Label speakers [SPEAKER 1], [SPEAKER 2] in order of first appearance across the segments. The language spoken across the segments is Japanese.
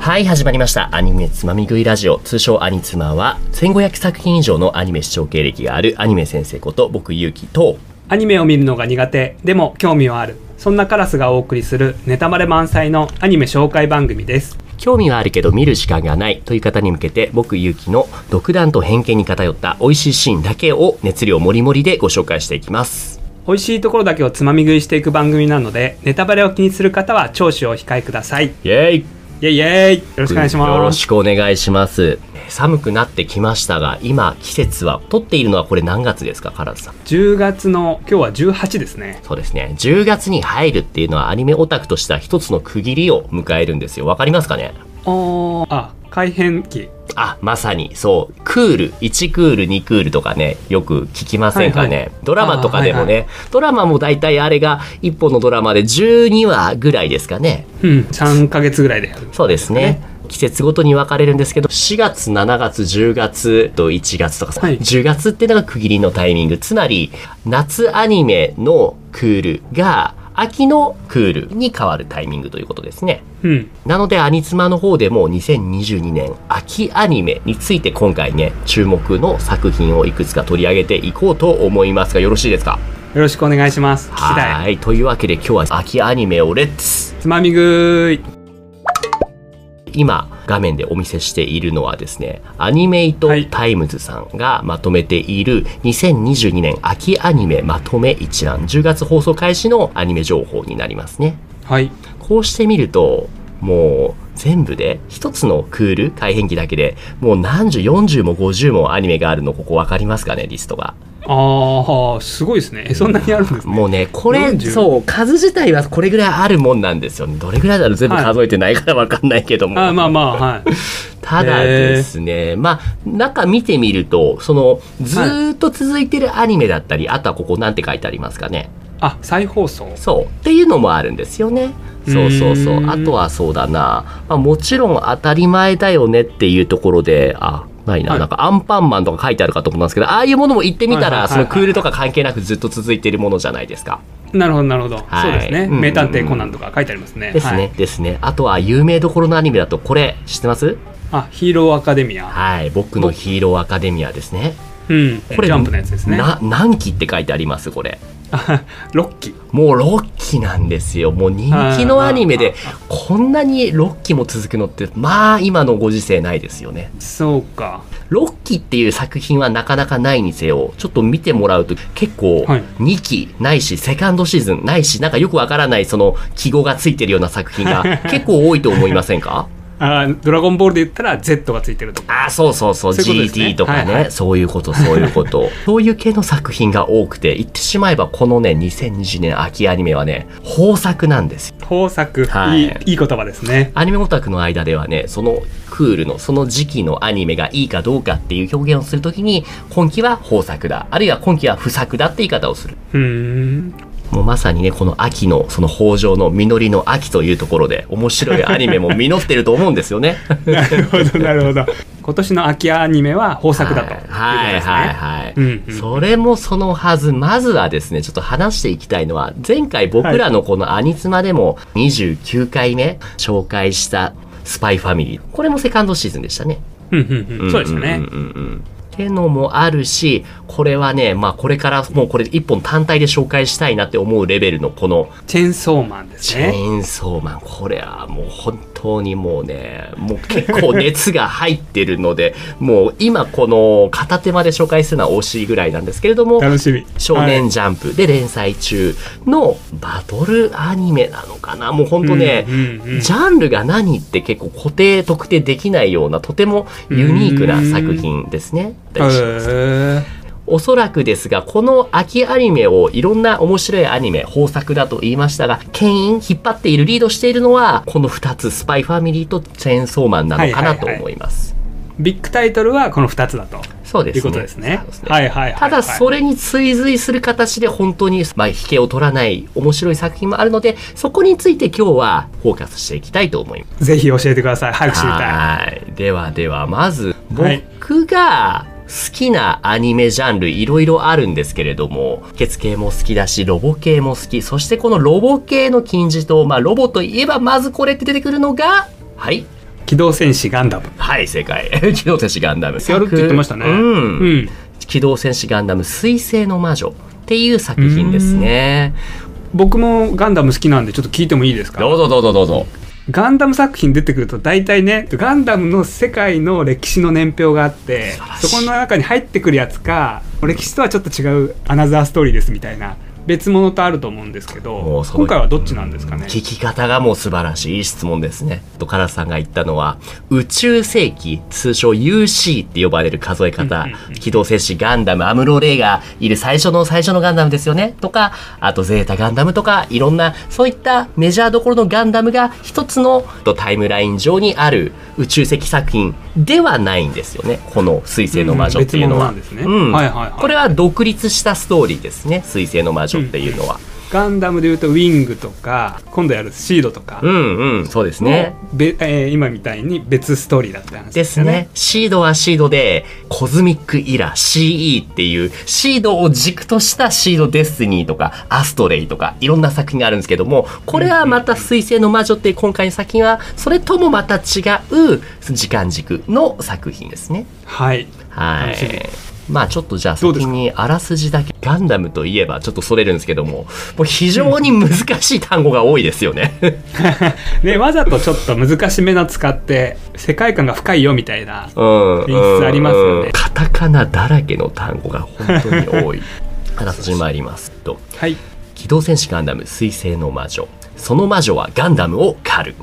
[SPEAKER 1] はい、始まりました。アニメつまみ食いラジオ。通称アニツマは、1500作品以上のアニメ視聴経歴があるアニメ先生こと僕ゆうきと、
[SPEAKER 2] アニメを見るのが苦手でも興味はあるそんなカラスがお送りするネタバレ満載のアニメ紹介番組です
[SPEAKER 1] 興味はあるけど見る時間がないという方に向けて僕ゆうきの独断と偏見に偏った美味しいシーンだけを熱量もりもりでご紹介していきます。
[SPEAKER 2] 美味しいところだけをつまみ食いしていく番組なのでネタバレを気にする方は聴取をお控えくださいイ
[SPEAKER 1] イェイ
[SPEAKER 2] ェイイェイよろしくお願いします
[SPEAKER 1] よろしくお願いします。寒くなってきましたが、今季節は、撮っているのはこれ何月ですか、唐津さん。
[SPEAKER 2] 10月の今日は18ですね
[SPEAKER 1] そうですね。10月に入るっていうのはアニメオタクとしては一つの区切りを迎えるんですよ。わかりますかね
[SPEAKER 2] おーあ改変期
[SPEAKER 1] あ、まさに、そう。クール、1クール、2クールとかね、よく聞きませんかね。
[SPEAKER 2] はいはい
[SPEAKER 1] ドラマとかでもね、
[SPEAKER 2] あーは
[SPEAKER 1] ドラマも大体あれが1本のドラマで12話ぐらいですかね。
[SPEAKER 2] うん3ヶ月ぐらいでやる
[SPEAKER 1] そうですね。季節ごとに分かれるんですけど、4月、7月、10月と1月とか、
[SPEAKER 2] はい
[SPEAKER 1] 10月っていうのが区切りのタイミング。つまり、夏アニメのクールが、秋のクールに変わるタイミングということですね。
[SPEAKER 2] うん
[SPEAKER 1] なので、アニツマの方でも2022年秋アニメについて今回ね、注目の作品をいくつか取り上げていこうと思いますが、よろしいですか
[SPEAKER 2] よろしくお願いします聞き
[SPEAKER 1] は
[SPEAKER 2] たい
[SPEAKER 1] ーい。というわけで今日は秋アニメをレッツ
[SPEAKER 2] つまみ食い
[SPEAKER 1] 今画面でお見せしているのはですねアニメイト
[SPEAKER 2] はい
[SPEAKER 1] タイムズさんがまとめている2022年秋アニメまとめ一覧10月放送開始のアニメ情報になりますね
[SPEAKER 2] はい
[SPEAKER 1] こうしてみるともう全部で一つのクール改変期だけでもう何十40も50もアニメがあるのここ分かりますかねリストが
[SPEAKER 2] ああすごいですねえそんなにあるんですね
[SPEAKER 1] もうねこれ
[SPEAKER 2] 40
[SPEAKER 1] そう数自体はこれぐらいあるもんなんですよねどれぐらいだろう全部数えてないから分かんないけども、
[SPEAKER 2] あーまあまあはい
[SPEAKER 1] ただですね、まあ、中見てみると、その、ずーっと続いてるアニメだったり、あとはここなんて書いてありますかね。
[SPEAKER 2] あ再放送
[SPEAKER 1] そう。っていうのもあるんですよね。そうそうそうう。
[SPEAKER 2] ー
[SPEAKER 1] あ
[SPEAKER 2] ん
[SPEAKER 1] とはそうだな。まあ、もちろん当たり前だよねっていうところで、あ、ないな、
[SPEAKER 2] はい
[SPEAKER 1] なんかアンパンマンとか書いてあるかと思ったんですけど、ああいうものも言ってみた
[SPEAKER 2] はいは
[SPEAKER 1] ら、
[SPEAKER 2] いは
[SPEAKER 1] そ
[SPEAKER 2] いは
[SPEAKER 1] の
[SPEAKER 2] い
[SPEAKER 1] クールとか関係なくずっと続いてるものじゃないですか。
[SPEAKER 2] なるほどなるほど、
[SPEAKER 1] はい
[SPEAKER 2] そうですね、
[SPEAKER 1] うん
[SPEAKER 2] 名探偵コナンとか書いてありますね
[SPEAKER 1] ですね、
[SPEAKER 2] はい、
[SPEAKER 1] ですね。あとは有名どころのアニメだと、これ、知ってます
[SPEAKER 2] あヒーローアカデミア
[SPEAKER 1] はい。僕のヒーローアカデミアですね。
[SPEAKER 2] うん
[SPEAKER 1] これ
[SPEAKER 2] ジャンプのやつですね
[SPEAKER 1] な何期って書いてありますこれ
[SPEAKER 2] 6期
[SPEAKER 1] もう6期なんですよもう人気のアニメでこんなに6期も続くのってまあ今のご時世ないですよね
[SPEAKER 2] そうか
[SPEAKER 1] 6期っていう作品はなかなかないにせよちょっと見てもらうと結構
[SPEAKER 2] はい
[SPEAKER 1] 2期ないしセカンドシーズンないしなんかよくわからないその記号がついてるような作品が 結構多いと思いませんか
[SPEAKER 2] あードラゴンボールで言ったら Z がついてるとか
[SPEAKER 1] あーそうそうそう
[SPEAKER 2] そういうことですね
[SPEAKER 1] GT とかね、
[SPEAKER 2] はいは
[SPEAKER 1] そういうことそういうこと そういう系の作品が多くて言ってしまえばこのね2020年秋アニメはね豊作なんですよ
[SPEAKER 2] 豊作、
[SPEAKER 1] はい
[SPEAKER 2] いい、いい言葉ですね
[SPEAKER 1] アニメオタクの間ではねそのクールのその時期のアニメがいいかどうかっていう表現をするときに今期は豊作だあるいは今期は不作だって言い方をする
[SPEAKER 2] う ーん
[SPEAKER 1] もうまさにねこの秋のその豊穣の実りの秋というところで面白いアニメも実ってると思うんですよ ね
[SPEAKER 2] なるほどなるほど今年の秋アニメは豊作だと、
[SPEAKER 1] はいい、
[SPEAKER 2] うことですね
[SPEAKER 1] はいはいはい、
[SPEAKER 2] うんうん
[SPEAKER 1] それもそのはずまずはですねちょっと話していきたいのは前回僕らのこの「アニツマ」でも29回目紹介した「スパイファミリー」これもセカンドシーズンでしたね。
[SPEAKER 2] うんうんうんそうですよね、
[SPEAKER 1] んうんうんうんってのもあるしこれはねまあこれからもうこれ一本単体で紹介したいなって思うレベルのこの
[SPEAKER 2] チェーンソーマンで
[SPEAKER 1] チ
[SPEAKER 2] す
[SPEAKER 1] ェ
[SPEAKER 2] ね
[SPEAKER 1] ーンソーマン、これはもう本当にもうね、 もう結構熱が入ってるので、もう今この片手間で紹介するのは惜しいぐらいなんですけれども、
[SPEAKER 2] 楽しみ
[SPEAKER 1] 少
[SPEAKER 2] はい
[SPEAKER 1] 年ジャンプで連載中のバトルアニメなのかなもうほんとね、
[SPEAKER 2] うんうんうん
[SPEAKER 1] ジャンルが何って結構固定特定できないようなとてもユニークな作品ですね。
[SPEAKER 2] へー
[SPEAKER 1] おそらくですが、この秋アニメをいろんな面白いアニメ、豊作だと言いましたが、牽引、引っ張っている、リードしているのは、この2つ、スパイファミリーとチェーンソーマンなのかなと思います。
[SPEAKER 2] ビッグタイトルはこの2つだと
[SPEAKER 1] そうです
[SPEAKER 2] い
[SPEAKER 1] ね。
[SPEAKER 2] うことですね
[SPEAKER 1] そうですね
[SPEAKER 2] はいはいはいはい
[SPEAKER 1] ただそれに追随する形で本当に、まあ、引けを取らない面白い作品もあるのでそこについて今日はフォーカスしていきたいと思います。
[SPEAKER 2] ぜひ教えてください早く知りたい
[SPEAKER 1] はい。ではでは、まず、
[SPEAKER 2] はい
[SPEAKER 1] 僕が好きなアニメジャンルいろいろあるんですけれども、血系も好きだし、ロボ系も好き。そしてこのロボ系の金字塔、まあロボといえばまずこれって出てくるのが、はい。
[SPEAKER 2] 機動戦士ガンダム。
[SPEAKER 1] はい、正解。 機動戦士ガンダム。
[SPEAKER 2] やるって言ってましたね。
[SPEAKER 1] うん
[SPEAKER 2] うん。
[SPEAKER 1] 機動戦士ガンダム水星の魔女っていう作品ですね。
[SPEAKER 2] 僕もガンダム好きなんでちょっと聞いてもいいですか
[SPEAKER 1] どうぞどうぞどうぞ。
[SPEAKER 2] ガンダム作品出てくると大体ねガンダムの世界の歴史の年表があってそこの中に入ってくるやつか歴史とはちょっと違うアナザーストーリーですみたいな別物とあると思うんですけ
[SPEAKER 1] も
[SPEAKER 2] ど
[SPEAKER 1] うその
[SPEAKER 2] 今回はどっちなんですかね
[SPEAKER 1] 聞き方がもう素晴らしいいい質問ですね。と、カラスさんが言ったのは、宇宙世紀、通称 UC って呼ばれる数え方、
[SPEAKER 2] うんうんうん
[SPEAKER 1] 機動戦士ガンダム、アムロレイがいる最初の最初のガンダムですよね。とか、あとゼータガンダムとか、いろんな、そういったメジャーどころのガンダムが一つのとタイムライン上にある宇宙世紀作品ではないんですよね。この水星の魔女っていうのは。
[SPEAKER 2] うんうん別物なんですね
[SPEAKER 1] うん
[SPEAKER 2] はいはいはい
[SPEAKER 1] これは独立したストーリーですね。水星の魔女っていうのは。
[SPEAKER 2] ガンダムでいうとウィングとか今度やるシードとか、
[SPEAKER 1] うん、うん、そうですね。
[SPEAKER 2] べえー今みたいに別ストーリーだったん
[SPEAKER 1] で
[SPEAKER 2] ですすよ
[SPEAKER 1] ね
[SPEAKER 2] ね。。
[SPEAKER 1] シードはシードで、コズミックイラ、CE っていう、シードを軸としたシードデスティニーとか、アストレイとか、いろんな作品があるんですけども、これはまた水星の魔女っていう今回の作品は、それともまた違う時間軸の作品ですね。
[SPEAKER 2] はい
[SPEAKER 1] は
[SPEAKER 2] 楽しみ
[SPEAKER 1] い。まあちょっとじゃあ
[SPEAKER 2] どうで
[SPEAKER 1] 先
[SPEAKER 2] すか
[SPEAKER 1] にあらすじだけガンダムといえばちょっとそれるんですけどももう非常に難しい単語が多いですよね。
[SPEAKER 2] ね、わざとちょっと難しめな使って世界観が深いよみたいな
[SPEAKER 1] うん
[SPEAKER 2] 演出ありますよね
[SPEAKER 1] うんカタカナだらけの単語が本当に 多いあらすじ参りますと
[SPEAKER 2] はい
[SPEAKER 1] 「機動戦士ガンダム水星の魔女」その魔女はガンダムを狩る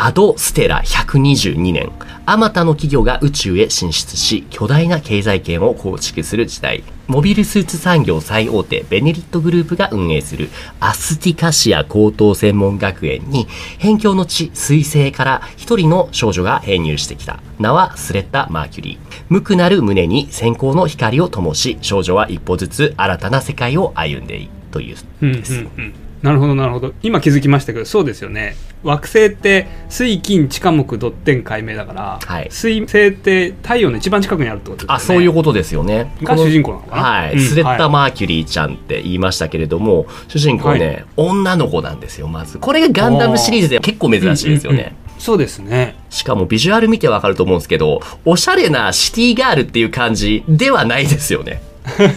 [SPEAKER 1] アド・ステラ122年あまたの企業が宇宙へ進出し巨大な経済圏を構築する時代モビルスーツ産業最大手ベネリットグループが運営するアスティカシア高等専門学園に辺境の地水星から一人の少女が編入してきた名はスレッタ・マーキュリー無垢なる胸に閃光の光を灯し少女は一歩ずつ新たな世界を歩んでいるという
[SPEAKER 2] うんうんう
[SPEAKER 1] です、
[SPEAKER 2] んなるほどなるほど今気づきましたけどそうですよね惑星って水金地下木ドッテン解明だから、
[SPEAKER 1] はい
[SPEAKER 2] 水星って太陽の一番近くにあるってことですよね
[SPEAKER 1] あそういうことですよね。
[SPEAKER 2] が主人公なのかな
[SPEAKER 1] はい、
[SPEAKER 2] うん
[SPEAKER 1] スレッタ・
[SPEAKER 2] はい
[SPEAKER 1] マーキュリーちゃんって言いましたけれども、主人公
[SPEAKER 2] は
[SPEAKER 1] ね、女の子なんですよ、まず。これがガンダムシリーズで結構珍しいですよね。
[SPEAKER 2] うんうんうんそうですね
[SPEAKER 1] しかもビジュアル見てわかると思うんですけど、おしゃれなシティガールっていう感じではないですよね。
[SPEAKER 2] そう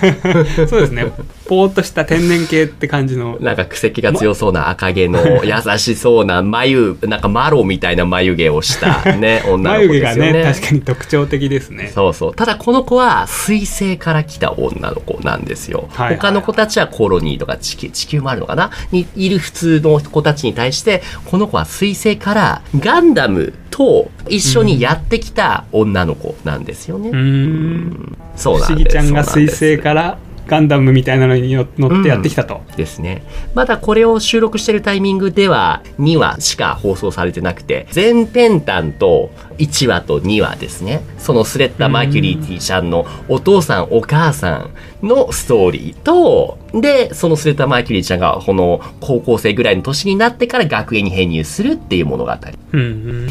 [SPEAKER 2] です ねぽーっとした天然系って感じの
[SPEAKER 1] なんか癖気が強そうな赤毛 の優しそうな眉、なんかマロみたいな眉毛をした ね、女の
[SPEAKER 2] 眉
[SPEAKER 1] 子
[SPEAKER 2] 毛
[SPEAKER 1] で
[SPEAKER 2] が
[SPEAKER 1] すよ
[SPEAKER 2] ね
[SPEAKER 1] ね。
[SPEAKER 2] 確かに特徴的ですね
[SPEAKER 1] そうそう。ただこの子は水星から来た女の子なんですよ。
[SPEAKER 2] はいはい
[SPEAKER 1] 他の子たちはコロニーとか地球、地球もあるのかなにいる普通の子たちに対して、この子は水星からガンダムと一緒にやってきた女の子なんですよね。
[SPEAKER 2] うーん
[SPEAKER 1] そう
[SPEAKER 2] 不
[SPEAKER 1] な
[SPEAKER 2] 思
[SPEAKER 1] ん
[SPEAKER 2] 議
[SPEAKER 1] です。
[SPEAKER 2] ちゃんが水
[SPEAKER 1] そうなん
[SPEAKER 2] 星
[SPEAKER 1] です
[SPEAKER 2] からガンダムみたいなのによ乗ってやってきたと、
[SPEAKER 1] ですね。まだこれを収録してるタイミングでは2話しか放送されてなくて、前編端と1話と2話ですね。そのスレッタ・マーキュリーティちゃんのお父さんお母さんのストーリーと、で、そのスレッタ・マーキュリーちゃんがこの高校生ぐらいの年になってから学園に編入するっていう物語。
[SPEAKER 2] うん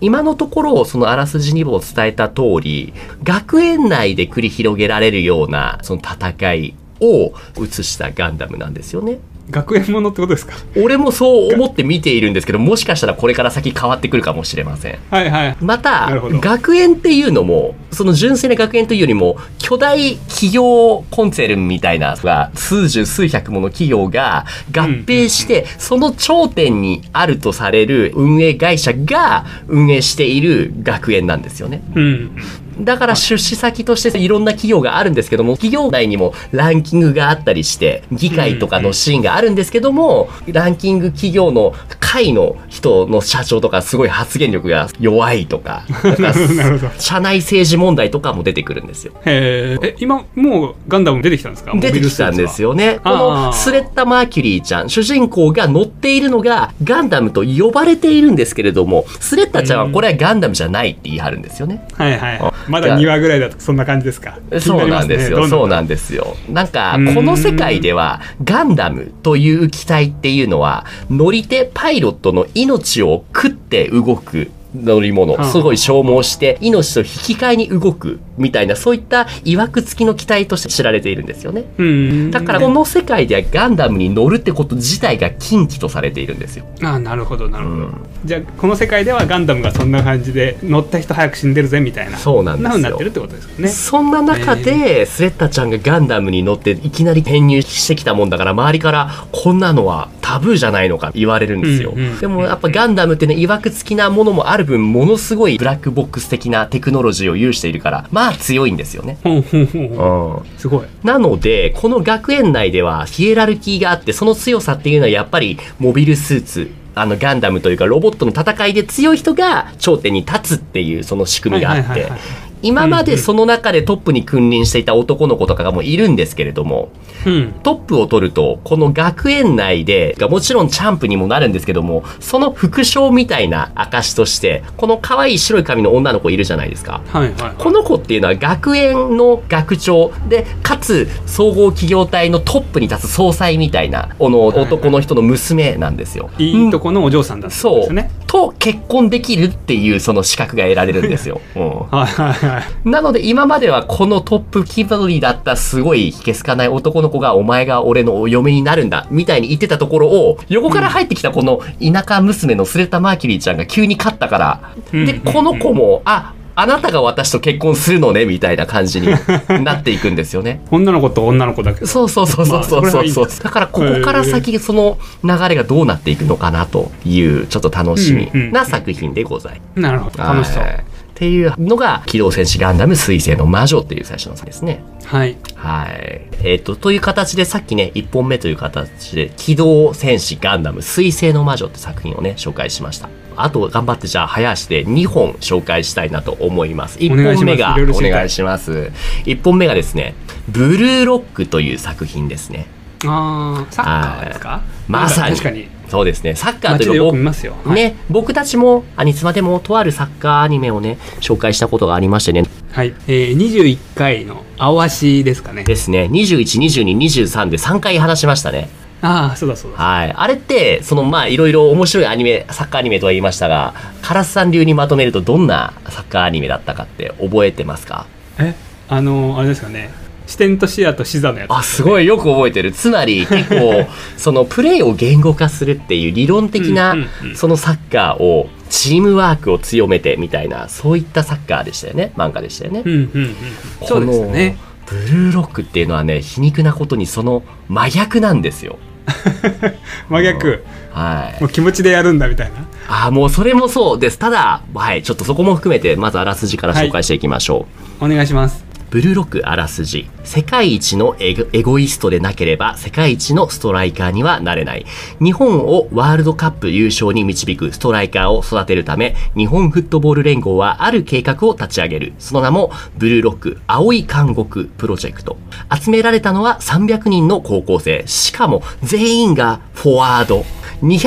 [SPEAKER 1] 今のところそのあらすじにも伝えた通り学園内で繰り広げられるようなその戦いを映したガンダムなんですよね。
[SPEAKER 2] 学園ものってことですか
[SPEAKER 1] 俺もそう思って見ているんですけどもしかしたらこれから先変わってくるかもしれません
[SPEAKER 2] はいはい
[SPEAKER 1] また
[SPEAKER 2] なるほど
[SPEAKER 1] 学園っていうのもその純粋な学園というよりも巨大企業コンツェルンみたいなのが数十数百もの企業が合併してその頂点にあるとされる運営会社が運営している学園なんですよね
[SPEAKER 2] うん
[SPEAKER 1] だから出資先としていろんな企業があるんですけども、企業内にもランキングがあったりして、議会とかのシーンがあるんですけども、ランキング企業の会の人の社長とかすごい発言力が弱いと か、だから
[SPEAKER 2] なるほど
[SPEAKER 1] 社内政治問題とかも出てくるんですよ。
[SPEAKER 2] へーえ今もうガンダム出てきたんですか
[SPEAKER 1] 出てきたんです
[SPEAKER 2] よ
[SPEAKER 1] よね。こ
[SPEAKER 2] あ
[SPEAKER 1] の
[SPEAKER 2] ー
[SPEAKER 1] スレッタ・マーキュリーちゃん、主人公が乗っているのがガンダムと呼ばれているんですけれども、スレッタちゃんはこれはガンダムじゃないって言い張るんですよね。
[SPEAKER 2] はいはい
[SPEAKER 1] あ
[SPEAKER 2] まだ2話ぐらいだとそんな感じですか
[SPEAKER 1] そうなんですよ。そうなんですよ。なんか、この世界では、ガンダムという機体っていうのは、乗り手パイロットの命を食って動く乗り物、
[SPEAKER 2] うん
[SPEAKER 1] すごい消耗して、命と引き換えに動くみたいな、そういった曰く付きの機体として知られているんですよね。
[SPEAKER 2] うん
[SPEAKER 1] だからこの世界ではガンダムに乗るってこと自体が禁忌とされているんですよ。
[SPEAKER 2] ああなるほどなるほど、
[SPEAKER 1] うん
[SPEAKER 2] じゃあこの世界ではガンダムがそんな感じで乗った人早く死んでるぜみたいな
[SPEAKER 1] そうなんですよ
[SPEAKER 2] 風になってるってことですよね
[SPEAKER 1] そんな中で、スレッタちゃんがガンダムに乗っていきなり編入してきたもんだから、周りからこんなのはタブーじゃないのか言われるんですよ。
[SPEAKER 2] うんうん
[SPEAKER 1] でもやっぱガンダムってね、曰く付きなものもある分、ものすごいブラックボックス的なテクノロジーを有しているから、まあ強いんですよね。
[SPEAKER 2] ほんほんほんほん
[SPEAKER 1] うん。
[SPEAKER 2] すごい
[SPEAKER 1] なので、この学園内ではヒエラルキーがあって、その強さっていうのはやっぱりモビルスーツ、あのガンダムというかロボットの戦いで強い人が頂点に立つっていうその仕組みがあっ
[SPEAKER 2] はいは
[SPEAKER 1] て
[SPEAKER 2] いはいはい、
[SPEAKER 1] 今までその中でトップに君臨していた男の子とかがもういるんですけれども、
[SPEAKER 2] うん
[SPEAKER 1] トップを取ると、この学園内で、がもちろんチャンプにもなるんですけども、その副賞みたいな証として、この可愛い白い髪の女の子いるじゃないですか。
[SPEAKER 2] はいはい
[SPEAKER 1] この子っていうのは学園の学長で、かつ総合企業体のトップに立つ総裁みたいな、この
[SPEAKER 2] いはい
[SPEAKER 1] 男の人の娘なんですよ。
[SPEAKER 2] いいとこのお嬢さんだったん
[SPEAKER 1] そ
[SPEAKER 2] です
[SPEAKER 1] う、
[SPEAKER 2] よね、
[SPEAKER 1] と結婚できるっていうその資格が得られるんですよ。うん
[SPEAKER 2] はいはいはい
[SPEAKER 1] なので今まではこのトップ気取りだったすごい引けすかない男の子がお前が俺のお嫁になるんだみたいに言ってたところを横から入ってきたこの田舎娘のスレッタ・マーキュリーちゃんが急に勝ったから
[SPEAKER 2] うん
[SPEAKER 1] でこの子もああなたが私と結婚するのねみたいな感じになっていくんですよね。
[SPEAKER 2] 女の子と女の子だけど
[SPEAKER 1] そうそうそうそうそう
[SPEAKER 2] まあそれ
[SPEAKER 1] そ
[SPEAKER 2] はいうい
[SPEAKER 1] そう。だからここから先その流れがどうなっていくのかなというちょっと楽しみな作品でございます。
[SPEAKER 2] なるほど楽しそう
[SPEAKER 1] はいっていうのが、機動戦士ガンダム水星の魔女っていう最初の作ですね。
[SPEAKER 2] はい
[SPEAKER 1] はい。えっ、と、という形でさっきね、1本目という形で、機動戦士ガンダム水星の魔女って作品をね、紹介しました。あと、頑張ってじゃあ、早足で2本紹介したいなと思います。
[SPEAKER 2] お願
[SPEAKER 1] 1
[SPEAKER 2] いします
[SPEAKER 1] 本目が、
[SPEAKER 2] いろいろ
[SPEAKER 1] お
[SPEAKER 2] 知りたい
[SPEAKER 1] 願いします。1本目がですね、ブルーロックという作品ですね。
[SPEAKER 2] ああサッカーですか
[SPEAKER 1] まさに。
[SPEAKER 2] 確かに
[SPEAKER 1] そうですね。サッカーと
[SPEAKER 2] 街
[SPEAKER 1] い
[SPEAKER 2] で
[SPEAKER 1] う
[SPEAKER 2] よ
[SPEAKER 1] か
[SPEAKER 2] く見ますよ、はい、
[SPEAKER 1] ね、僕たちもアニツマでもとあるサッカーアニメをね紹介したことがありましてね
[SPEAKER 2] はい、えー、21回の「青足」ですかね
[SPEAKER 1] ですね212223で3回話しましたね
[SPEAKER 2] ああそうだそうだ
[SPEAKER 1] はいあれってそのまあいろいろ面白いアニメサッカーアニメとは言いましたがカラスさん流にまとめるとどんなサッカーアニメだったかって覚えてますか
[SPEAKER 2] えあのあれですかね視点と視野と視座のやつ
[SPEAKER 1] あすごいよく覚えてるつまり結構 そのプレーを言語化するっていう理論的な
[SPEAKER 2] うんうんうん
[SPEAKER 1] そのサッカーをチームワークを強めてみたいなそういったサッカーでしたよね漫画でしたよね、
[SPEAKER 2] うんうんうんそうですよね
[SPEAKER 1] このブルーロックっていうのはね皮肉なことにその真逆なんですよ
[SPEAKER 2] 真逆
[SPEAKER 1] はい
[SPEAKER 2] もう気持ちでやるんだみたいな
[SPEAKER 1] あーもうそれもそうですただはいちょっとそこも含めてまずあらすじから紹介していきましょう、
[SPEAKER 2] お願いします
[SPEAKER 1] ブルーロックあらすじ。世界一のエゴエゴイストでなければ、世界一のストライカーにはなれない。日本をワールドカップ優勝に導くストライカーを育てるため、日本フットボール連合はある計画を立ち上げる。その名も、ブルーロック青い監獄プロジェクト。集められたのは300人の高校生。しかも、全員がフォワード。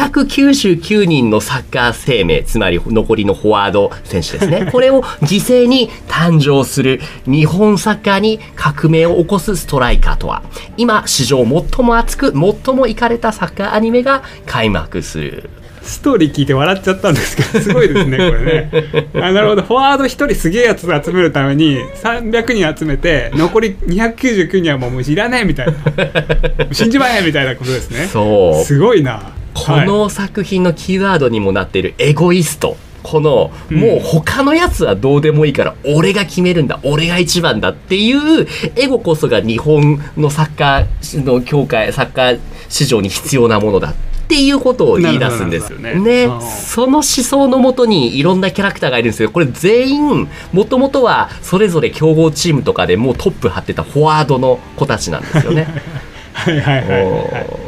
[SPEAKER 1] 299人のサッカー生命、つまり残りのフォワード選手ですね。これを犠牲に誕生する日本サッカーに革命を起こすストライカーとは、今史上最も熱く、最もイかれたサッカーアニメが開幕する。
[SPEAKER 2] ストーリー聞いて笑っちゃったんですけどすごいですねこ れねあなるほどフォワード1人すげえやつ集めるために300人集めて残り299人はもういらねえみたいな死んじまえみたいなことですね
[SPEAKER 1] そう。
[SPEAKER 2] すごいな
[SPEAKER 1] この作品のキーワードにもなっているエゴイスト。この、もう他のやつはどうでもいいから、俺が決めるんだ、俺が一番だっていう、エゴこそが日本のサッカーの協会、サッカー市場に必要なものだっていうことを言い出すんですよ
[SPEAKER 2] な
[SPEAKER 1] ね。
[SPEAKER 2] るほどなるほど
[SPEAKER 1] ね。その思想のもとにいろんなキャラクターがいるんですけど、これ全員、もともとはそれぞれ強豪チームとかでもうトップ張ってたフォワードの子たちなんですよね。
[SPEAKER 2] はい はいはいはいはい
[SPEAKER 1] おー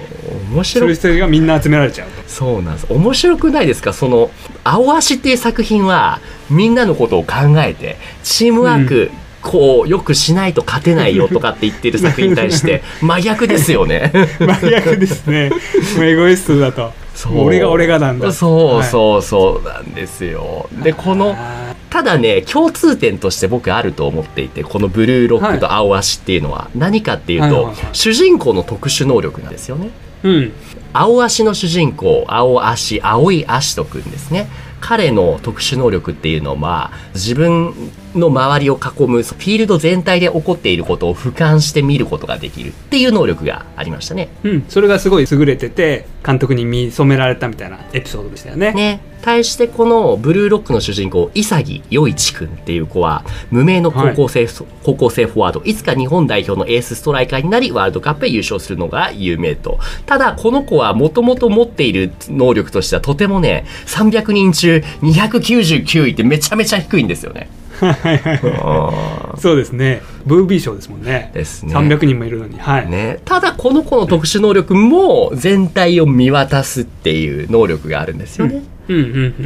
[SPEAKER 1] 面
[SPEAKER 2] そ
[SPEAKER 1] 白
[SPEAKER 2] れ
[SPEAKER 1] い
[SPEAKER 2] 一人がみんな集められちゃうと
[SPEAKER 1] そうなんです。面白くないですかその、青足っていう作品は、みんなのことを考えて、チームワーク、こう、よくしないと勝てないよとかって言ってる作品に対 して、真逆ですよね。
[SPEAKER 2] 真逆ですねもうエゴイストだと
[SPEAKER 1] そう
[SPEAKER 2] もう 俺が俺がなんだ
[SPEAKER 1] そう
[SPEAKER 2] う、
[SPEAKER 1] そうそうなんですよ。で、この、
[SPEAKER 2] は
[SPEAKER 1] ただね、共通点として僕あると思っていて、このブルーロックと青足っていうのは、何かっていう
[SPEAKER 2] はい
[SPEAKER 1] と
[SPEAKER 2] はいは、い
[SPEAKER 1] 主人公の特殊能力なんですよね。
[SPEAKER 2] いうん
[SPEAKER 1] 青足の主人公青足青い足とくんですね彼の特殊能力っていうのは自分の周りを囲むフィールド全体で起こっていることを俯瞰して見ることができるっていう能力がありましたね。
[SPEAKER 2] うん、それがすごい優れてて監督に見初められたみたいなエピソードでしたよね。
[SPEAKER 1] ね。対してこのブルーロックの主人公、潔与一君っていう子は、無名の高校生、高校生フォワード、いつか日本代表のエースストライカーになり、ワールドカップで優勝するのが有名と。ただ、この子はもともと持っている能力としてはとてもね、300人中299位ってめちゃめちゃ低いんですよね。
[SPEAKER 2] はいはいはいそうですねブービー賞ですもんね
[SPEAKER 1] ですね
[SPEAKER 2] 300人もいるのにはい、
[SPEAKER 1] ね、ただこの子の特殊能力も全体を見渡すっていう能力があるんですよね。
[SPEAKER 2] うん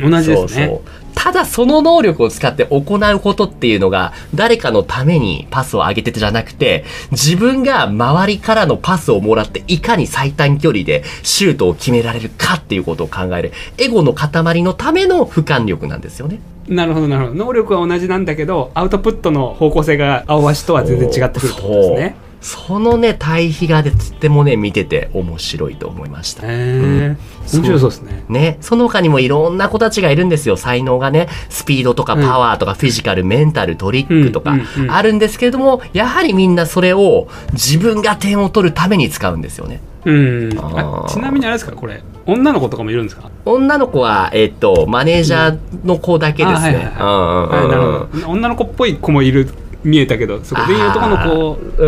[SPEAKER 2] うん同じですね
[SPEAKER 1] そうそうただその能力を使って行うことっていうのが誰かのためにパスを上げててじゃなくて自分が周りからのパスをもらっていかに最短距離でシュートを決められるかっていうことを考えるエゴの塊のための俯瞰力なんですよね。
[SPEAKER 2] なるほどなるほど能力は同じなんだけどアウトプットの方向性が青足とは全然違ってくるってことですね
[SPEAKER 1] そうそのね対比がでとってもね見てて面白いと思いました。
[SPEAKER 2] へえ
[SPEAKER 1] うん
[SPEAKER 2] 面白そうですね
[SPEAKER 1] ね、その他にもいろんな子たちがいるんですよ。才能がね、スピードとか
[SPEAKER 2] うん
[SPEAKER 1] パワーとかフィジカル、メンタル、トリックと
[SPEAKER 2] う
[SPEAKER 1] か
[SPEAKER 2] んうんうん
[SPEAKER 1] あるんですけれども、やはりみんなそれを自分が点を取るために使うんですよね。
[SPEAKER 2] うん
[SPEAKER 1] あー
[SPEAKER 2] あちなみにあれですかこれ女の子とかもいるんですか
[SPEAKER 1] 女の子は、えっと、マネージャーの子だけですね。
[SPEAKER 2] うんはいなるほど女の子っぽい子もいる見えたけどそこ全員男の子
[SPEAKER 1] うんう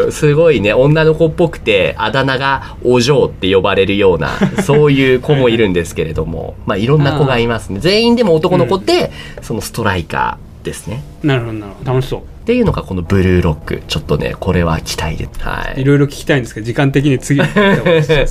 [SPEAKER 1] んうん、すごいね女の子っぽくてあだ名がお嬢って呼ばれるよう なそういう子もいるんですけれどもまあいろんな子がいますね全員でも男の子で、そのストライカーですね
[SPEAKER 2] なるほどなるほど楽しそう
[SPEAKER 1] っていうのがこのブルーロックちょっとねこれは期待ですはいい
[SPEAKER 2] ろいろ聞きたいんですけど時間的 に次の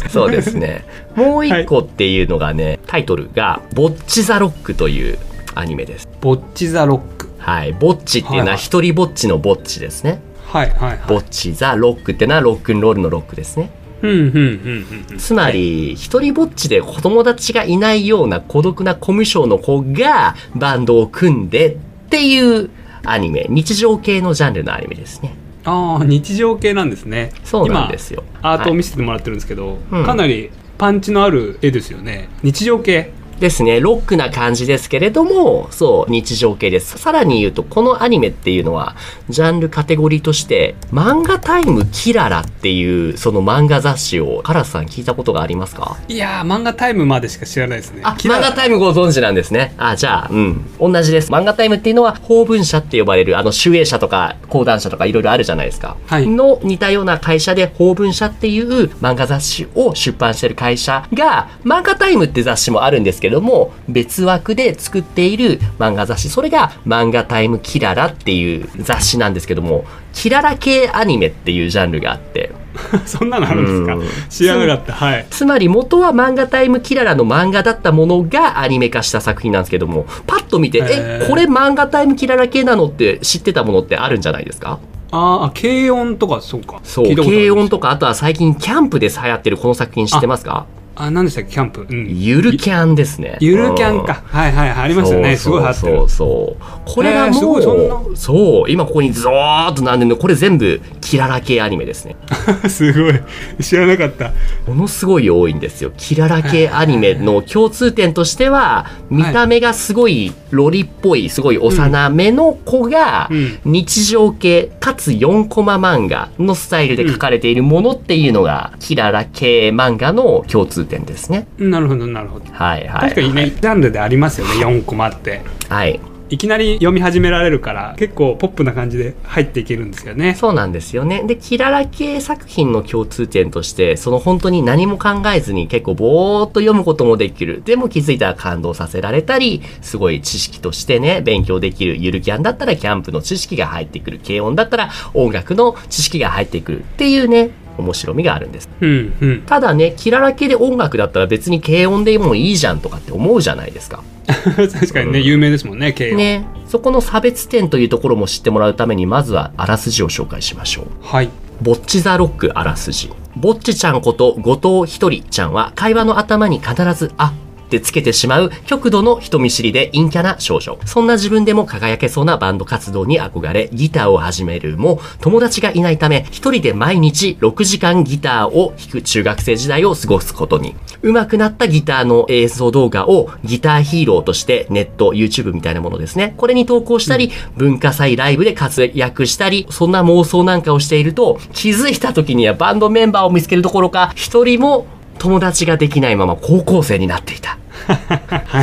[SPEAKER 1] そうですねもう一個っていうのがねタイトルが「ボッチ・ザ・ロック」というアニメです
[SPEAKER 2] ボッチ・ザ・ロック
[SPEAKER 1] はいボッチっていうの
[SPEAKER 2] はいは
[SPEAKER 1] はい一人ぼっちのぼっちですね
[SPEAKER 2] はいはいはい
[SPEAKER 1] ぼっち・ザ・ロックってのはロックンロールのロックですね
[SPEAKER 2] うんうんうんうんうん
[SPEAKER 1] つまり、一人ぼっちで子供たちがいないような孤独なコミュ障の子がバンドを組んでっていうアニメ、日常系のジャンルのアニメですね。
[SPEAKER 2] ああ日常系なんですね
[SPEAKER 1] そうなんですよ。
[SPEAKER 2] 今アートを
[SPEAKER 1] はい
[SPEAKER 2] 見せてもらってるんですけど、
[SPEAKER 1] うん
[SPEAKER 2] かなりパンチのある絵ですよね日常系
[SPEAKER 1] ですね。ロックな感じですけれども、そう、日常系です。さらに言うと、このアニメっていうのは、ジャンルカテゴリーとして、漫画タイムキララっていう、その漫画雑誌を、カラスさん聞いたことがありますか
[SPEAKER 2] いやー漫画タイムまでしか知らないですね
[SPEAKER 1] あ、
[SPEAKER 2] キラ
[SPEAKER 1] 漫画タイムご存知なんですね。あ、じゃあ、うん。同じです。漫画タイムっていうのは、法文社って呼ばれる、あの、集英社とか、講談社とかいろいろあるじゃないですか。
[SPEAKER 2] はい
[SPEAKER 1] の似たような会社で、法文社っていう漫画雑誌を出版してる会社が、漫画タイムって雑誌もあるんですけども、別枠で作っている漫画雑誌、それが漫画タイムキララっていう雑誌なんですけども、キララ系アニメっていうジャンルがあって、
[SPEAKER 2] そんなのあるんです
[SPEAKER 1] うん
[SPEAKER 2] か知らなかったはい
[SPEAKER 1] つまり元は漫画タイムキララの漫画だったものがアニメ化した作品なんですけども、パッと見て、
[SPEAKER 2] へー
[SPEAKER 1] え、これ漫画タイムキララ系なのって知ってたものってあるんじゃないですか
[SPEAKER 2] あーあ軽音とかそうか
[SPEAKER 1] そう、
[SPEAKER 2] 聞いたことあり
[SPEAKER 1] 軽
[SPEAKER 2] ます
[SPEAKER 1] 音とか、あとは最近キャンプで流行ってるこの作品知ってますか
[SPEAKER 2] あ何でしたっけキャンプ、うん、
[SPEAKER 1] ゆるキャンですね。
[SPEAKER 2] ゆるキャンかはいはいはいありましたねすごい流行って
[SPEAKER 1] そ
[SPEAKER 2] る
[SPEAKER 1] うそうそうこれが
[SPEAKER 2] えーす
[SPEAKER 1] もう、
[SPEAKER 2] ごいそん
[SPEAKER 1] そう今ここにゾーっと並んでるのこれ全部キララ系アニメですね
[SPEAKER 2] すごい知らなかった
[SPEAKER 1] ものすごい多いんですよ。キララ系アニメの共通点としては、見た目がすごいロリっぽい、すごい幼めの子が
[SPEAKER 2] うん、
[SPEAKER 1] 日常系、かつ4コマ漫画のスタイルで書かれているものっていうのが、キララ系漫画の共通点ですね。
[SPEAKER 2] なるほどなるほど
[SPEAKER 1] はいはい。
[SPEAKER 2] 確かにね、ジャンルでありますよね4コマって
[SPEAKER 1] はい。
[SPEAKER 2] いきなり読み始められるから結構ポップな感じで入っていけるんですよね
[SPEAKER 1] そうなんですよね。で、キララ系作品の共通点として、その本当に何も考えずに結構ぼーっと読むこともできる。でも気づいたら感動させられたり、すごい知識としてね、勉強できる。ゆるキャンだったらキャンプの知識が入ってくる。軽音だったら音楽の知識が入ってくるっていうね、面白みがあるんです。
[SPEAKER 2] うんうん
[SPEAKER 1] ただね、キララ系で音楽だったら別に軽音でもいいじゃんとかって思うじゃないですか。
[SPEAKER 2] 確かにね、
[SPEAKER 1] うん
[SPEAKER 2] 有名ですもんね慶応、
[SPEAKER 1] ね。そこの差別点というところも知ってもらうために、まずはあらすじを紹介しましょう。
[SPEAKER 2] はい
[SPEAKER 1] ぼっちザロックあらすじ。ぼっちちゃんこと後藤ひとりちゃんは会話の頭に必ず、あ、ってつけてしまう極度の人見知りで陰キャな少女。そんな自分でも輝けそうなバンド活動に憧れ、ギターを始めるも、友達がいないため、一人で毎日6時間ギターを弾く中学生時代を過ごすことに。上手くなったギターの映像動画をギターヒーローとしてネット、YouTube みたいなものですね。これに投稿したり、文化祭ライブで活躍したり、そんな妄想なんかをしていると、気づいた時にはバンドメンバーを見つけるどころか、一人も友達ができないまま高校生になっていた。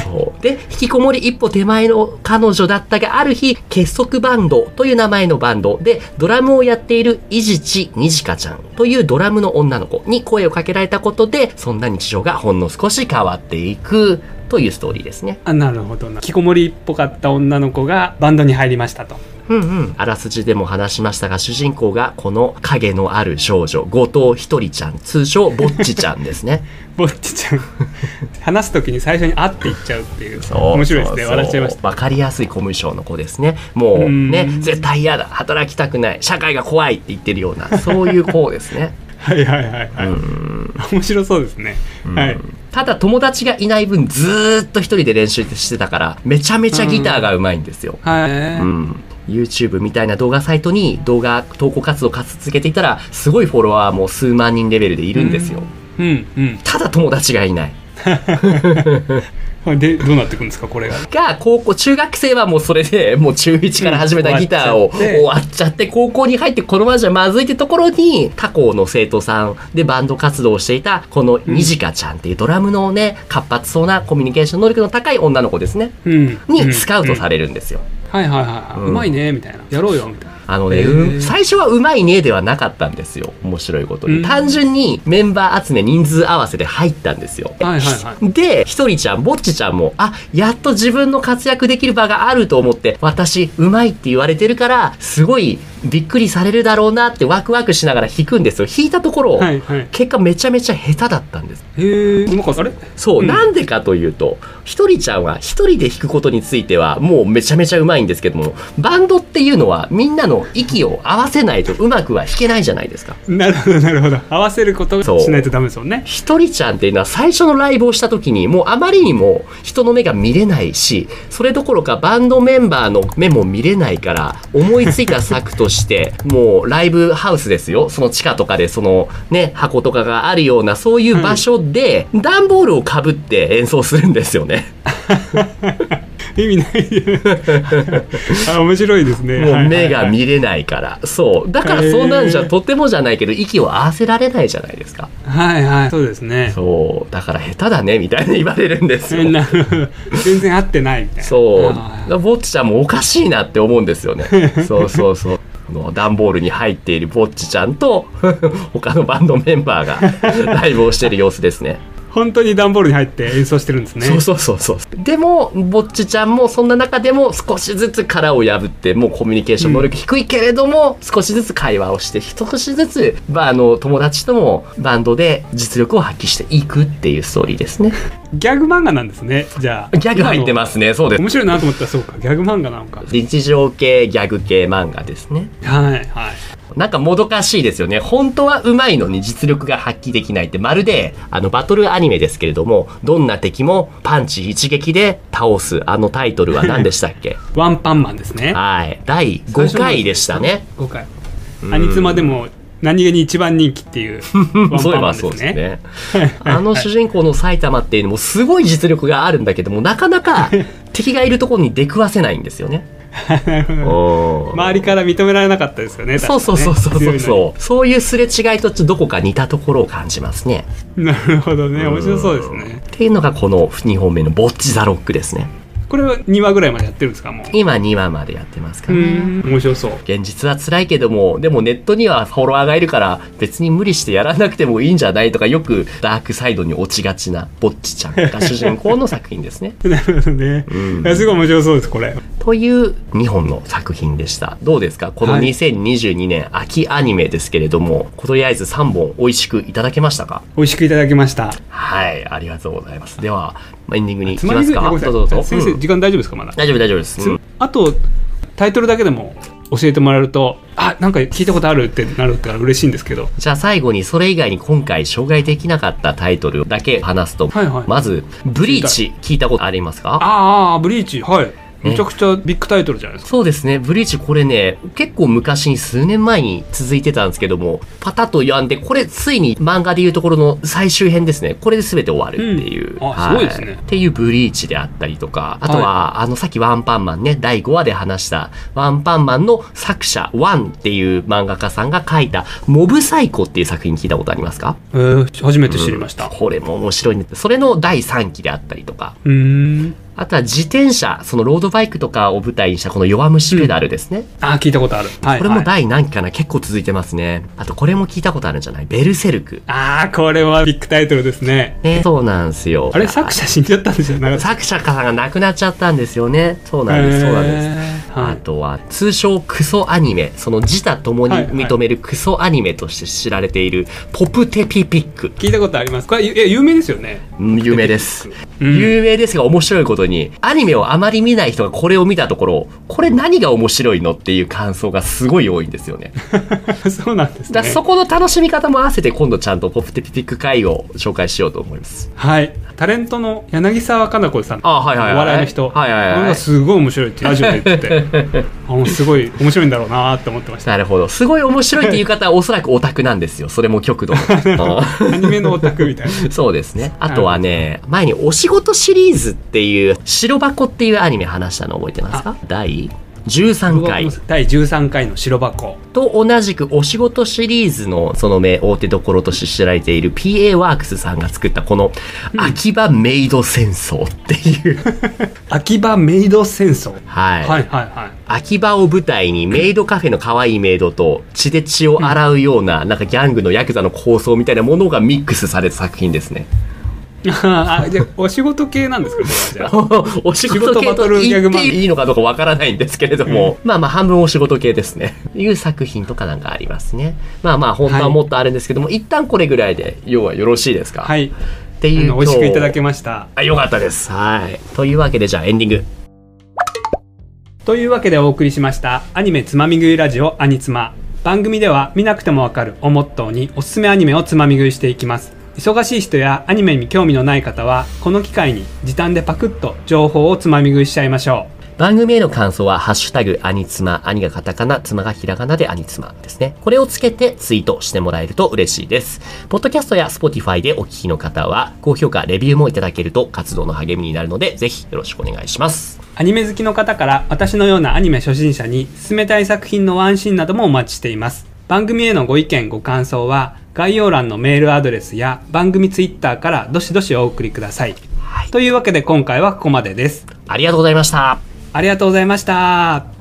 [SPEAKER 1] そうで引きこもり一歩手前の彼女だったがある日結束バンドという名前のバンドでドラムをやっている伊地知にじかちゃんというドラムの女の子に声をかけられたことでそんな日常がほんの少し変わっていくというストーリーですね。
[SPEAKER 2] あなるほどな引きこもりっぽかった女の子がバンドに入りましたと
[SPEAKER 1] うんうん、あらすじでも話しましたが主人公がこの影のある少女後藤ひとりちゃん通称ぼっちちゃんですね。
[SPEAKER 2] ぼっちちゃん 話す時に最初に「あ」って言っちゃうっていう面白いですね笑っちゃいました
[SPEAKER 1] た。わかりやすいコミュ障の子ですね。もうね
[SPEAKER 2] うん
[SPEAKER 1] 絶対嫌だ働きたくない社会が怖いって言ってるようなそういう子ですね。
[SPEAKER 2] はいはいはいはい、
[SPEAKER 1] うん
[SPEAKER 2] 面白そうですね、はい
[SPEAKER 1] ただ友達がいない分ずーっと一人で練習してたからめちゃめちゃギターが上手いんですよ。
[SPEAKER 2] はい、
[SPEAKER 1] うん、YouTube みたいな動画サイトに動画投稿活動を続けていたらすごいフォロワーも数万人レベルでいるんですよ、
[SPEAKER 2] うんうん
[SPEAKER 1] ただ友達がいない
[SPEAKER 2] はいでどうなっていくんですかこれが
[SPEAKER 1] が高校中学生はもうそれでもう中1から始めたギターを
[SPEAKER 2] うん終
[SPEAKER 1] 終わ
[SPEAKER 2] わ
[SPEAKER 1] っちゃって高校に入ってこのままじゃまずいってところに他校の生徒さんでバンド活動をしていたこのにじかちゃんっていうドラムのね活発そうなコミュニケーション能力の高い女の子ですね
[SPEAKER 2] うん
[SPEAKER 1] にスカウトさ
[SPEAKER 2] れ
[SPEAKER 1] れるんですよ、
[SPEAKER 2] はいはいはい、
[SPEAKER 1] う
[SPEAKER 2] うんまいねみたいなやろうよみたいな
[SPEAKER 1] あのね、
[SPEAKER 2] へー
[SPEAKER 1] うん最初はうまいねではなかったんですよ。面白いことに。
[SPEAKER 2] うん
[SPEAKER 1] 単純にメンバー集め人数合わせで入ったんですよ。
[SPEAKER 2] はいはいは
[SPEAKER 1] で、ひとりちゃん、ぼっちちゃんも、あ、やっと自分の活躍できる場があると思って、私、うまいって言われてるから、すごいびっくりされるだろうなってワクワクしながら弾くんですよ。弾いたところ、
[SPEAKER 2] はいはい
[SPEAKER 1] 結果めちゃめちゃ下手だったんです。
[SPEAKER 2] へえうまかったあれ
[SPEAKER 1] そう、
[SPEAKER 2] うん
[SPEAKER 1] なんでかというと、ひとりちゃんは一人で弾くことについてはもうめちゃめちゃうまいんですけども、バンドっていうのはみんなの息を合わせないとうまくは弾けないじゃないですか。
[SPEAKER 2] なるほどなるほど合わせること
[SPEAKER 1] そう
[SPEAKER 2] しないとダメですもんね
[SPEAKER 1] ひとりちゃんっていうのは最初のライブをした時にもうあまりにも人の目が見れないし、それどころかバンドメンバーの目も見れないから、思いついた策として、もうライブハウスですよ。その地下とかでそのね、箱とかがあるようなそういう場所で、段ボールをかぶって演奏するんですよね。
[SPEAKER 2] 意味ない あ面白いですね
[SPEAKER 1] もう目
[SPEAKER 2] はいはい
[SPEAKER 1] が
[SPEAKER 2] はい
[SPEAKER 1] 見れないから。そう。だからそんなんじゃ
[SPEAKER 2] へー
[SPEAKER 1] とてもじゃないけど、息を合わせられないじゃないですか。
[SPEAKER 2] はいはいそうですね
[SPEAKER 1] そう。だから下手だね、みたいに言われるんですよ。
[SPEAKER 2] なるほど全然合ってないみたいな
[SPEAKER 1] そう。だ
[SPEAKER 2] あ
[SPEAKER 1] からぼっちちゃんもおかしいなって思うんです よね。そうそうそう。あの段ボールに入っているぼっちちゃんと 他のバンドメンバーがライブをしている様子ですね。
[SPEAKER 2] ー本当に段ボールに入って演奏してるんですね
[SPEAKER 1] そうそうそうそう。でも、ぼっちちゃんもそんな中でも少しずつ殻を破って、もうコミュニケーション能力低いけれども、少しずつ会話をして、少しずつ、まあ、あの、友達ともバンドで実力を発揮していくっていうストーリーですね。
[SPEAKER 2] ギャグ漫画なんですねじゃあ
[SPEAKER 1] ギャグ入ってますね、そうで
[SPEAKER 2] 今の
[SPEAKER 1] す。
[SPEAKER 2] 面白いなと思ったらそうかギャグ漫画なのかはい
[SPEAKER 1] 日常系ギャグ系漫画ですね。
[SPEAKER 2] はい
[SPEAKER 1] なんかもどかしいですよね。本当は上手いのに実力が発揮できないって、まるで、あの、バトルアニメですけれども、どんな敵もパンチ一撃で倒す、あのタイトルは何でしたっけ
[SPEAKER 2] ワンパンマンですね
[SPEAKER 1] はい。第5回でしたね。
[SPEAKER 2] 5回アニツマでも何気に一番人気っていうワ ン
[SPEAKER 1] そういえ
[SPEAKER 2] パンマ
[SPEAKER 1] ば
[SPEAKER 2] ンで
[SPEAKER 1] そう
[SPEAKER 2] す
[SPEAKER 1] です
[SPEAKER 2] ね
[SPEAKER 1] ね。あの主人公の埼玉っていうのもすごい実力があるんだけども、なかな か敵がいるところに出くわせないんですよね。おー
[SPEAKER 2] 周りから認められなかったですよね
[SPEAKER 1] そうそうそうそうそう
[SPEAKER 2] う
[SPEAKER 1] そう。そういうすれ違いとどこか似たところを感じますね。
[SPEAKER 2] なるほどね面白そうです
[SPEAKER 1] んっ
[SPEAKER 2] ね
[SPEAKER 1] ていうのがこの2本目の「ぼっち・ザ・ロック」ですね
[SPEAKER 2] これは2話ぐらいまでやってるんですかもう
[SPEAKER 1] 今2話までやってますか
[SPEAKER 2] う
[SPEAKER 1] ら、
[SPEAKER 2] ん面白そう
[SPEAKER 1] 現実は辛いけどもでもネットにはフォロワーがいるから別に無理してやらなくてもいいんじゃないとかよくダークサイドに落ちがちなぼっちちゃんが主人公の作品です ね
[SPEAKER 2] なるほどね、
[SPEAKER 1] ん
[SPEAKER 2] いやすごい面白そうですこれ
[SPEAKER 1] という2本の作品でしたどうですかこの
[SPEAKER 2] はい
[SPEAKER 1] 2022年秋アニメですけれども、とりあえず3本美味しくいただけましたか
[SPEAKER 2] 美味しくいただきました
[SPEAKER 1] はいありがとうございますではエンディングに行き
[SPEAKER 2] つま
[SPEAKER 1] ま
[SPEAKER 2] り
[SPEAKER 1] す
[SPEAKER 2] ぐら
[SPEAKER 1] か
[SPEAKER 2] いごめんな
[SPEAKER 1] ど
[SPEAKER 2] さ
[SPEAKER 1] う
[SPEAKER 2] い
[SPEAKER 1] ぞどうぞ
[SPEAKER 2] 先
[SPEAKER 1] う
[SPEAKER 2] 生、
[SPEAKER 1] ん
[SPEAKER 2] 時間大丈夫ですかまだ
[SPEAKER 1] 大丈夫大丈夫です、うん
[SPEAKER 2] あとタイトルだけでも教えてもらえるとあなんか聞いたことあるってなるってから嬉しいんですけど
[SPEAKER 1] じゃあ最後にそれ以外に今回紹介できなかったタイトルだけ話すと、
[SPEAKER 2] はいはい
[SPEAKER 1] まず「ブリーチ」聞いたことありますか
[SPEAKER 2] あーあーブリーチはいめちゃくちゃビッグタイトルじゃないですか、
[SPEAKER 1] そうですね「ブリーチ」これね結構昔に数年前に続いてたんですけどもパタッとやんでこれついに漫画でいうところの最終編ですねこれで全て終わるっていう、
[SPEAKER 2] うんあ
[SPEAKER 1] は
[SPEAKER 2] すごいですね
[SPEAKER 1] っていう「ブリーチ」であったりとかあとは、あのさっき「ワンパンマンね」第5話で話した「ワンパンマン」の作者ワンっていう漫画家さんが書いた「モブサイコ」っていう作品聞いたことありますか
[SPEAKER 2] えー初めて知りました
[SPEAKER 1] これも面白いねそれの第3期であったりとか
[SPEAKER 2] うーん
[SPEAKER 1] あとは自転車そのロードバイクとかを舞台にしたこの弱虫ペダルですね、
[SPEAKER 2] あー聞いたことある、はいはい、
[SPEAKER 1] これも第何期かな結構続いてますね。あとこれも聞いたことあるんじゃないベルセルク。
[SPEAKER 2] ああこれはビッグタイトルですね
[SPEAKER 1] ね、そうなんですよ。
[SPEAKER 2] あれ作者死んじゃったんですよ長
[SPEAKER 1] 作者さんが亡くなっちゃったんですよね。そうなんです、そうなんです。
[SPEAKER 2] す
[SPEAKER 1] あとは通称クソアニメその自他共に認めるクソアニメとして知られているポプテピピック
[SPEAKER 2] 聞いたことありますこれゆいや有名ですよね
[SPEAKER 1] うん有名です
[SPEAKER 2] うん
[SPEAKER 1] 有名ですが面白いことにアニメをあまり見ない人がこれを見たところこれ何が面白いのっていう感想がすごい多いんですよね
[SPEAKER 2] そうなんです
[SPEAKER 1] だ
[SPEAKER 2] ね
[SPEAKER 1] からそこの楽しみ方も合わせて今度ちゃんとポプテピピック会を紹介しようと思います。
[SPEAKER 2] はいタレントの柳沢香菜子さん
[SPEAKER 1] あはいはいはい
[SPEAKER 2] お笑いの人
[SPEAKER 1] はいはいはい
[SPEAKER 2] これがすごい面白いってラジオで言って てあもうすごい面白いんだろうなーって思ってました
[SPEAKER 1] なるほど。すごい面白いっていう方はおそらくオタクなんですよ。それも極度の。 うん
[SPEAKER 2] アニメのオタクみたいな
[SPEAKER 1] そうですね。あとはね、前にお仕事シリーズっていう、白箱っていうアニメ話したの覚えてますか第13回
[SPEAKER 2] 第13回の白箱
[SPEAKER 1] と同じくお仕事シリーズのその名大手どころとして知られている PA ワークスさんが作ったこの秋葉メイド戦争っていう、
[SPEAKER 2] 秋葉メイド戦争
[SPEAKER 1] はい、
[SPEAKER 2] はいはい はい
[SPEAKER 1] 秋葉を舞台にメイドカフェの可愛いメイドと血で血を洗うような、なんかギャングのヤクザの構想みたいなものがミックスされた作品ですね。
[SPEAKER 2] あじゃあお仕事系なんですかこれはじゃ あ
[SPEAKER 1] お仕事系と言っていいのかどうかわからないんですけれども、まあまあ半分お仕事系ですね。いう作品とかなんかありますね。まあまあ本当はもっとあるんですけども、一旦これぐらいで要はよろしいですか、
[SPEAKER 2] はい
[SPEAKER 1] って
[SPEAKER 2] あ
[SPEAKER 1] いう
[SPEAKER 2] の美味しくいただけ
[SPEAKER 1] ま
[SPEAKER 2] ました
[SPEAKER 1] あ、よかったです。はい。というわけでじゃあエンディング。
[SPEAKER 2] というわけでお送りしましたアニメつまみ食いラジオアニツマ番組では見なくてもわかるをモットーにおすすめアニメをつまみ食いしていきます忙しい人やアニメに興味のない方はこの機会に時短でパクッと情報をつまみ食いしちゃいましょう
[SPEAKER 1] 番組への感想は、ハッシュタグ、アニツマ、アニがカタカナ、妻がひらがなでアニツマですね。これをつけてツイートしてもらえると嬉しいです。ポッドキャストや Spotify でお聞きの方は、高評価、レビューもいただけると活動の励みになるので、ぜひよろしくお願いします。
[SPEAKER 2] アニメ好きの方から私のようなアニメ初心者に勧めたい作品のワンシーンなどもお待ちしています番組へのご意見ご感想は概要欄のメールアドレスや番組ツイッターからどしどしお送りください
[SPEAKER 1] はい。
[SPEAKER 2] というわけで今回はここまでです
[SPEAKER 1] ありがとうございました。
[SPEAKER 2] ありがとうございました